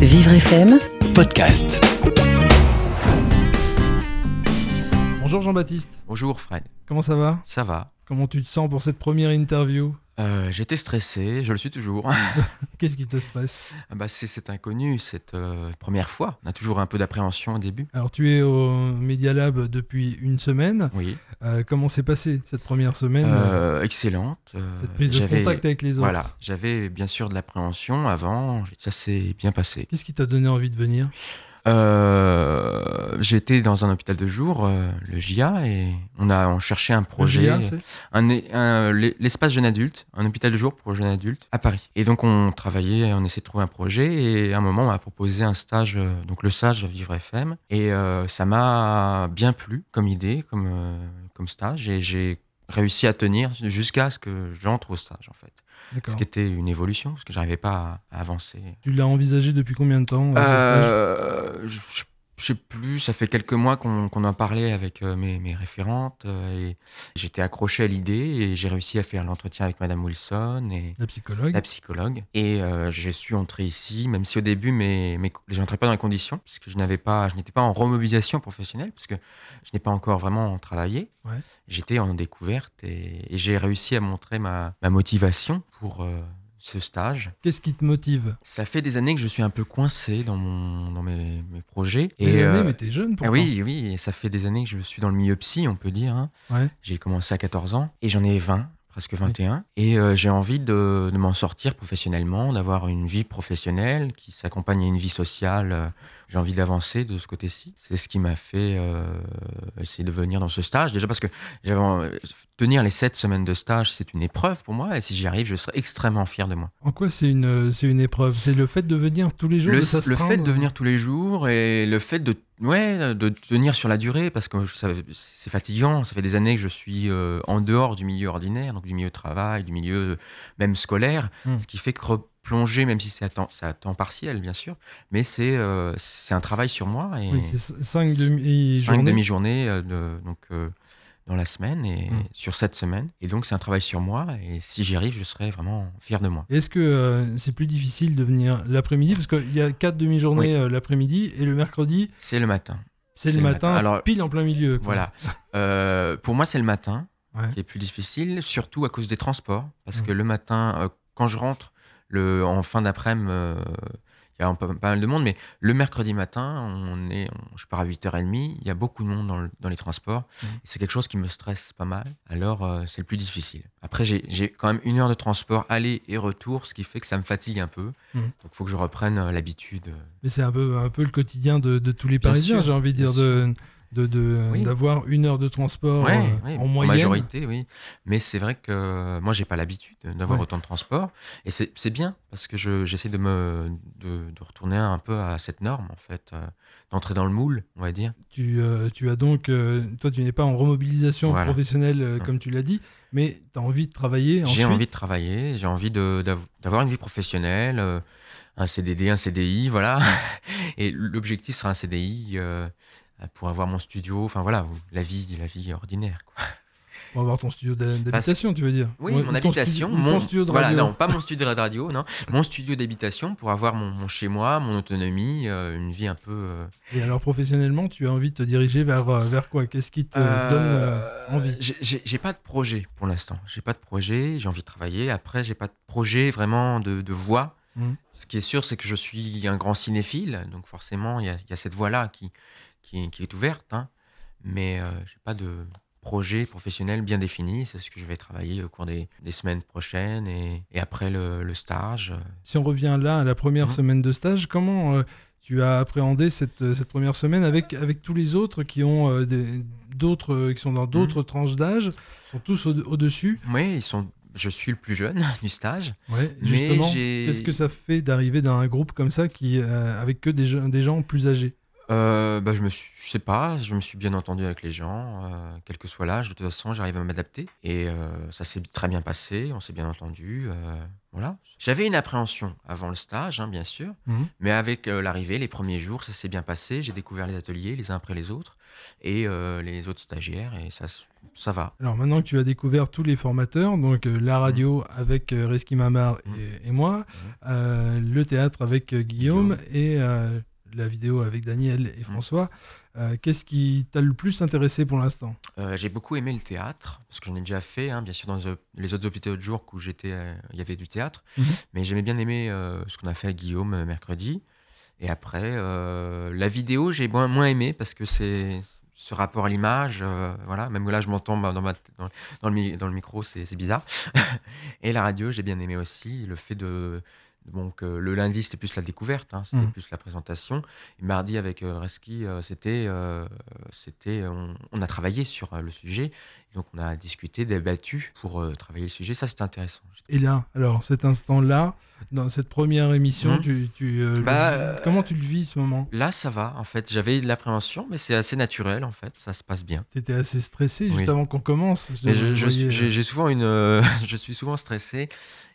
Vivre FM, podcast. Bonjour Jean-Baptiste, Bonjour Fred, comment ça va ça va Comment tu te sens pour cette première interview Euh, J'étais stressé, je le suis toujours. Qu'est-ce qui te stresse Ah bah, c'est cet inconnu, cette euh, première fois. On a toujours un peu d'appréhension au début. Alors tu es au Media Lab depuis une semaine. Oui. Euh, comment s'est passée cette première semaine Euh, excellente. euh, Cette prise de j'avais- contact avec les autres Voilà, j'avais bien sûr de l'appréhension avant, ça s'est bien passé. Qu'est-ce qui t'a donné envie de venir Euh, J'étais dans un hôpital de jour, euh, le JA, et on a on cherchait un projet. Le GA, c'est un- un- l'e- l'espace jeune adulte, un hôpital de jour pour jeunes adultes à Paris. Et donc on travaillait, on essayait de trouver un projet et à un moment on m'a proposé un stage, euh, donc le stage à Vivre FM. Et euh, ça m'a bien plu comme idée, comme, euh, comme stage et j'ai réussi à tenir jusqu'à ce que j'entre au stage en fait. Ce D'accord. qui était une évolution parce que j'arrivais pas à, à avancer. Tu l'as envisagé depuis combien de temps euh, ce stage Euh, je, je- je sais plus, ça fait quelques mois qu'on qu'on en parlait avec euh, mes, mes référentes euh, et j'étais accroché à l'idée et j'ai réussi à faire l'entretien avec Madame Wilson et La psychologue la psychologue. Et euh, je suis entré ici, même si au début, mes, mes, je n'entrais pas dans les conditions, puisque je n'avais pas, je n'étais pas en remobilisation professionnelle, puisque je n'ai pas encore vraiment travaillé. Ouais. J'étais en découverte et, et j'ai réussi à montrer ma, ma motivation pour euh, ce stage. Qu'est-ce qui te motive Ça fait des années que je suis un peu coincé dans, mon, dans mes, mes projets. Des Et, années, euh, mais t'es jeune ah pourtant. oui, oui, et ça fait des années que je suis dans le milieu psy, on peut dire. hein. Ouais. J'ai commencé à 14 ans et j'en ai 20, presque 21. Et euh, j'ai envie de, de m'en sortir professionnellement, d'avoir une vie professionnelle qui s'accompagne à une vie sociale. euh, J'ai envie d'avancer de ce côté-ci. C'est ce qui m'a fait euh, essayer de venir dans ce stage. Déjà parce que j'avais en- tenir les 7 semaines de stage, c'est une épreuve pour moi. Et si j'y arrive, je serai extrêmement fier de moi. En quoi c'est une, euh, c'est une épreuve C'est le fait de venir tous les jours le, de s'astreindre le fait de venir tous les jours et le fait de ouais de tenir sur la durée parce que je savais- c'est fatigant ça fait des années que je suis euh, en dehors du milieu ordinaire donc du milieu de travail du milieu euh, même scolaire Hmm. ce qui fait que replonger même si c'est à temps, c'est à temps partiel bien sûr mais c'est euh, c'est un travail sur moi et Oui, c'est 5 Cinq demi-journées. cinq demi-journées euh, de- donc euh, dans la semaine et Hmm. sur cette semaine et donc c'est un travail sur moi et si j'y arrive je serai vraiment fier de moi Est-ce que euh, c'est plus difficile de venir l'après-midi Parce qu'il y a quatre demi-journées euh, l'après-midi et le mercredi, c'est le matin c'est le matin, Alors, pile en plein milieu. quoi. Voilà. Euh, pour moi, c'est le matin Ouais. qui est plus difficile, surtout à cause des transports. Parce Mm. que le matin, euh, quand je rentre le, en fin d'après-midi, euh, il y a un peu- pas mal de monde, mais le mercredi matin, on est, on- je pars à 8h30, il y a beaucoup de monde dans, le- dans les transports. Mm. Et C'est quelque chose qui me stresse pas mal. Alors, euh, c'est le plus difficile. Après, j'ai- j'ai quand même une heure de transport aller et retour, ce qui fait que ça me fatigue un peu. Mm. Donc, il faut que je reprenne euh, l'habitude. Mais c'est un peu, un peu le quotidien de, de tous les Bien Parisiens, sûr, j'ai envie de dire, bien de- de- de- Oui. d'avoir une heure de transport Ouais, euh, ouais, en moyenne. majorité, oui. Mais c'est vrai que euh, moi, j'ai pas l'habitude d'avoir Ouais. autant de transport. Et c'est c'est bien, parce que je- j'essaie de me de, de retourner un peu à cette norme, en fait, euh, d'entrer dans le moule, on va dire. Tu, euh, tu as donc, euh, toi, tu n'es pas en remobilisation Voilà. professionnelle, euh, Non. comme tu l'as dit, mais tu as envie de travailler ensuite. J'ai envie de travailler, j'ai envie de- d'av- d'avoir une vie professionnelle, euh, un CDD, un CDI, voilà. Et l'objectif sera un CDI euh, pour avoir mon studio, enfin voilà, la vie, la vie ordinaire, quoi. Pour avoir ton studio d'ha- d'habitation, tu veux dire Oui, Ou- ou mon ton studio- habitation, ou mon ton studio de voilà, radio. non, pas mon studio de radio, non, mon studio d'habitation pour avoir mon, mon chez moi, mon autonomie, euh, une vie un peu. euh, Et alors, professionnellement, tu as envie de te diriger vers, euh, vers quoi Qu'est-ce qui te euh, donne euh, envie j'ai- J'ai j'ai pas de projet pour l'instant. J'ai pas de projet. J'ai envie de travailler. Après, j'ai pas de projet vraiment de, de voix. Mhm. Ce qui est sûr, c'est que je suis un grand cinéphile, donc forcément, il y a, il y a cette voie-là qui, qui, qui est ouverte. hein. Mais euh, j'ai pas de projet professionnel bien défini. C'est ce que je vais travailler au cours des, des semaines prochaines et, et après le, le stage. Euh, Si on revient là à la première Mhm. semaine de stage, comment euh, tu as appréhendé cette, euh, cette première semaine avec, avec tous les autres qui ont euh, des- d'autres euh, qui sont dans Mhm. d'autres tranches d'âge, sont tous au- au-dessus Oui, ils sont. Je suis le plus jeune du stage. Ouais, Mais justement. j'ai- Qu'est-ce que ça fait d'arriver dans un groupe comme ça qui euh, avec que des, gens- des gens plus âgés Euh, bah, je me suis, je sais pas, je me suis bien entendu avec les gens, euh, quel que soit l'âge. De toute façon, j'arrive à m'adapter et euh, ça s'est très bien passé. On s'est bien entendu. euh, voilà. J'avais une appréhension avant le stage, hein, bien sûr, Mhm. mais avec euh, l'arrivée, les premiers jours, ça s'est bien passé. J'ai découvert les ateliers les uns après les autres et euh, les autres stagiaires et ça, s- ça va. Alors maintenant que tu as découvert tous les formateurs, donc euh, la radio Mmh. avec euh, Reski Mamar et, et moi, euh, le théâtre avec euh, Guillaume, et euh, la vidéo avec Daniel Mmh. et François, euh, qu'est-ce qui t'a le plus intéressé pour l'instant Euh, j'ai beaucoup aimé le théâtre, parce que j'en ai déjà fait, hein, bien sûr, dans les op- les autres hôpitaux de jour où j'étais, euh, il y avait du théâtre. Mhm. Mais j'aimais bien aimé euh, ce qu'on a fait à Guillaume euh, mercredi. Et après, euh, la vidéo, j'ai moins, moins aimé, parce que c'est ce rapport à l'image, euh, voilà, même là, je m'entends bah, dans, ma- dans, dans le, mi- dans le micro, c'est c'est bizarre. Et la radio, j'ai bien aimé aussi le fait de. Donc, euh, le lundi, c'était plus la découverte, hein, c'était Mhm. plus la présentation. Et mardi, avec euh, Reski, euh, c'était. euh, c'était on, on a travaillé sur euh, le sujet, donc on a discuté, débattu pour euh, travailler le sujet. Ça, c'était intéressant. Et là, alors cet instant-là, dans cette première émission, Mhm. tu, tu, euh, le Bah, vis- euh, comment tu le vis ce moment Là, ça va, en fait. J'avais de l'appréhension, mais c'est assez naturel, en fait. Ça se passe bien. Tu étais assez stressé juste Oui. avant qu'on commence. Mais je, je voyais, suis- euh, j'ai j'ai souvent une, euh, je suis souvent stressé,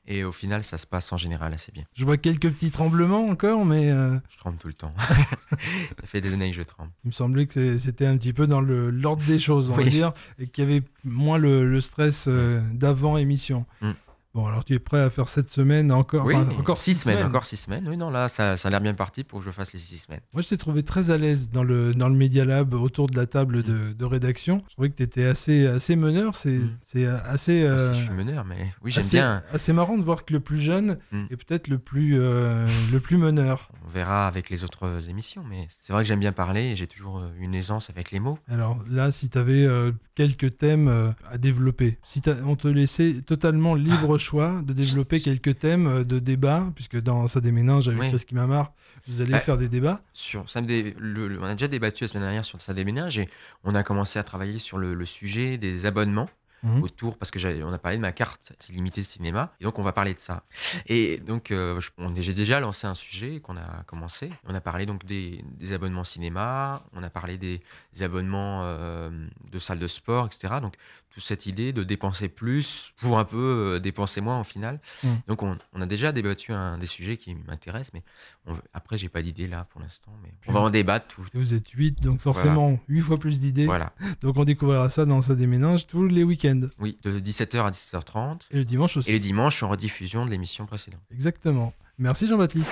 et au final, ça se passe en général assez bien. je vois quelques petits tremblements encore, mais euh, Je tremble tout le temps. ça fait des années que je tremble. il me semblait que c'est- c'était un petit peu dans le- l'ordre des choses, on va Oui. dire, et qu'il y avait moins le, le stress euh, d'avant émission. Mm. Bon, alors tu es prêt à faire cette semaine encore, Oui, enfin, encore six, semaines, Encore six semaines. Oui, non, là, ça, ça a l'air bien parti pour que je fasse les six semaines. Moi, je t'ai trouvé très à l'aise dans le, dans le Media Lab autour de la table de, de rédaction. Je trouvais que tu étais assez, assez meneur. C'est Mm. c'est assez, Enfin, euh, si je suis meneur, mais oui, j'aime assez- bien. assez marrant de voir que le plus jeune Mm. est peut-être le, plus, euh, le plus meneur. On verra avec les autres euh, émissions, mais c'est vrai que j'aime bien parler et j'ai toujours euh, une aisance avec les mots. Alors là, si tu avais quelques thèmes euh, à développer, si t'as- on te laissait totalement libre choix de développer quelques thèmes euh, de débat, puisque dans Ça déménage avec Oui. Chris Kimamar, vous allez Bah, faire des débats. Sur, ça me dé- le- le- on a déjà débattu la semaine dernière sur ça déménage et on a commencé à travailler sur le, le sujet des abonnements Mhm. autour, parce que j'avais- on a parlé de ma carte illimitée de cinéma, et donc on va parler de ça. Et donc euh, je- on- j'ai déjà lancé un sujet qu'on a commencé. On a parlé donc des, des abonnements cinéma, on a parlé des, des abonnements euh, de salles de sport, etc. Donc toute cette idée de dépenser plus pour un peu euh, dépenser moins au final. Mhm. Donc on, on a déjà débattu un des sujets qui m'intéressent, mais on veut- après j'ai pas d'idée là pour l'instant, mais on va en débattre. tout- Et vous êtes 8, donc forcément 8 fois plus d'idées. Voilà. Donc on découvrira ça dans Ça déménage tous les week-ends. Oui, de 17h à 17h30. Et le dimanche aussi. Et le dimanche, en rediffusion de l'émission précédente. Exactement. Merci Jean-Baptiste.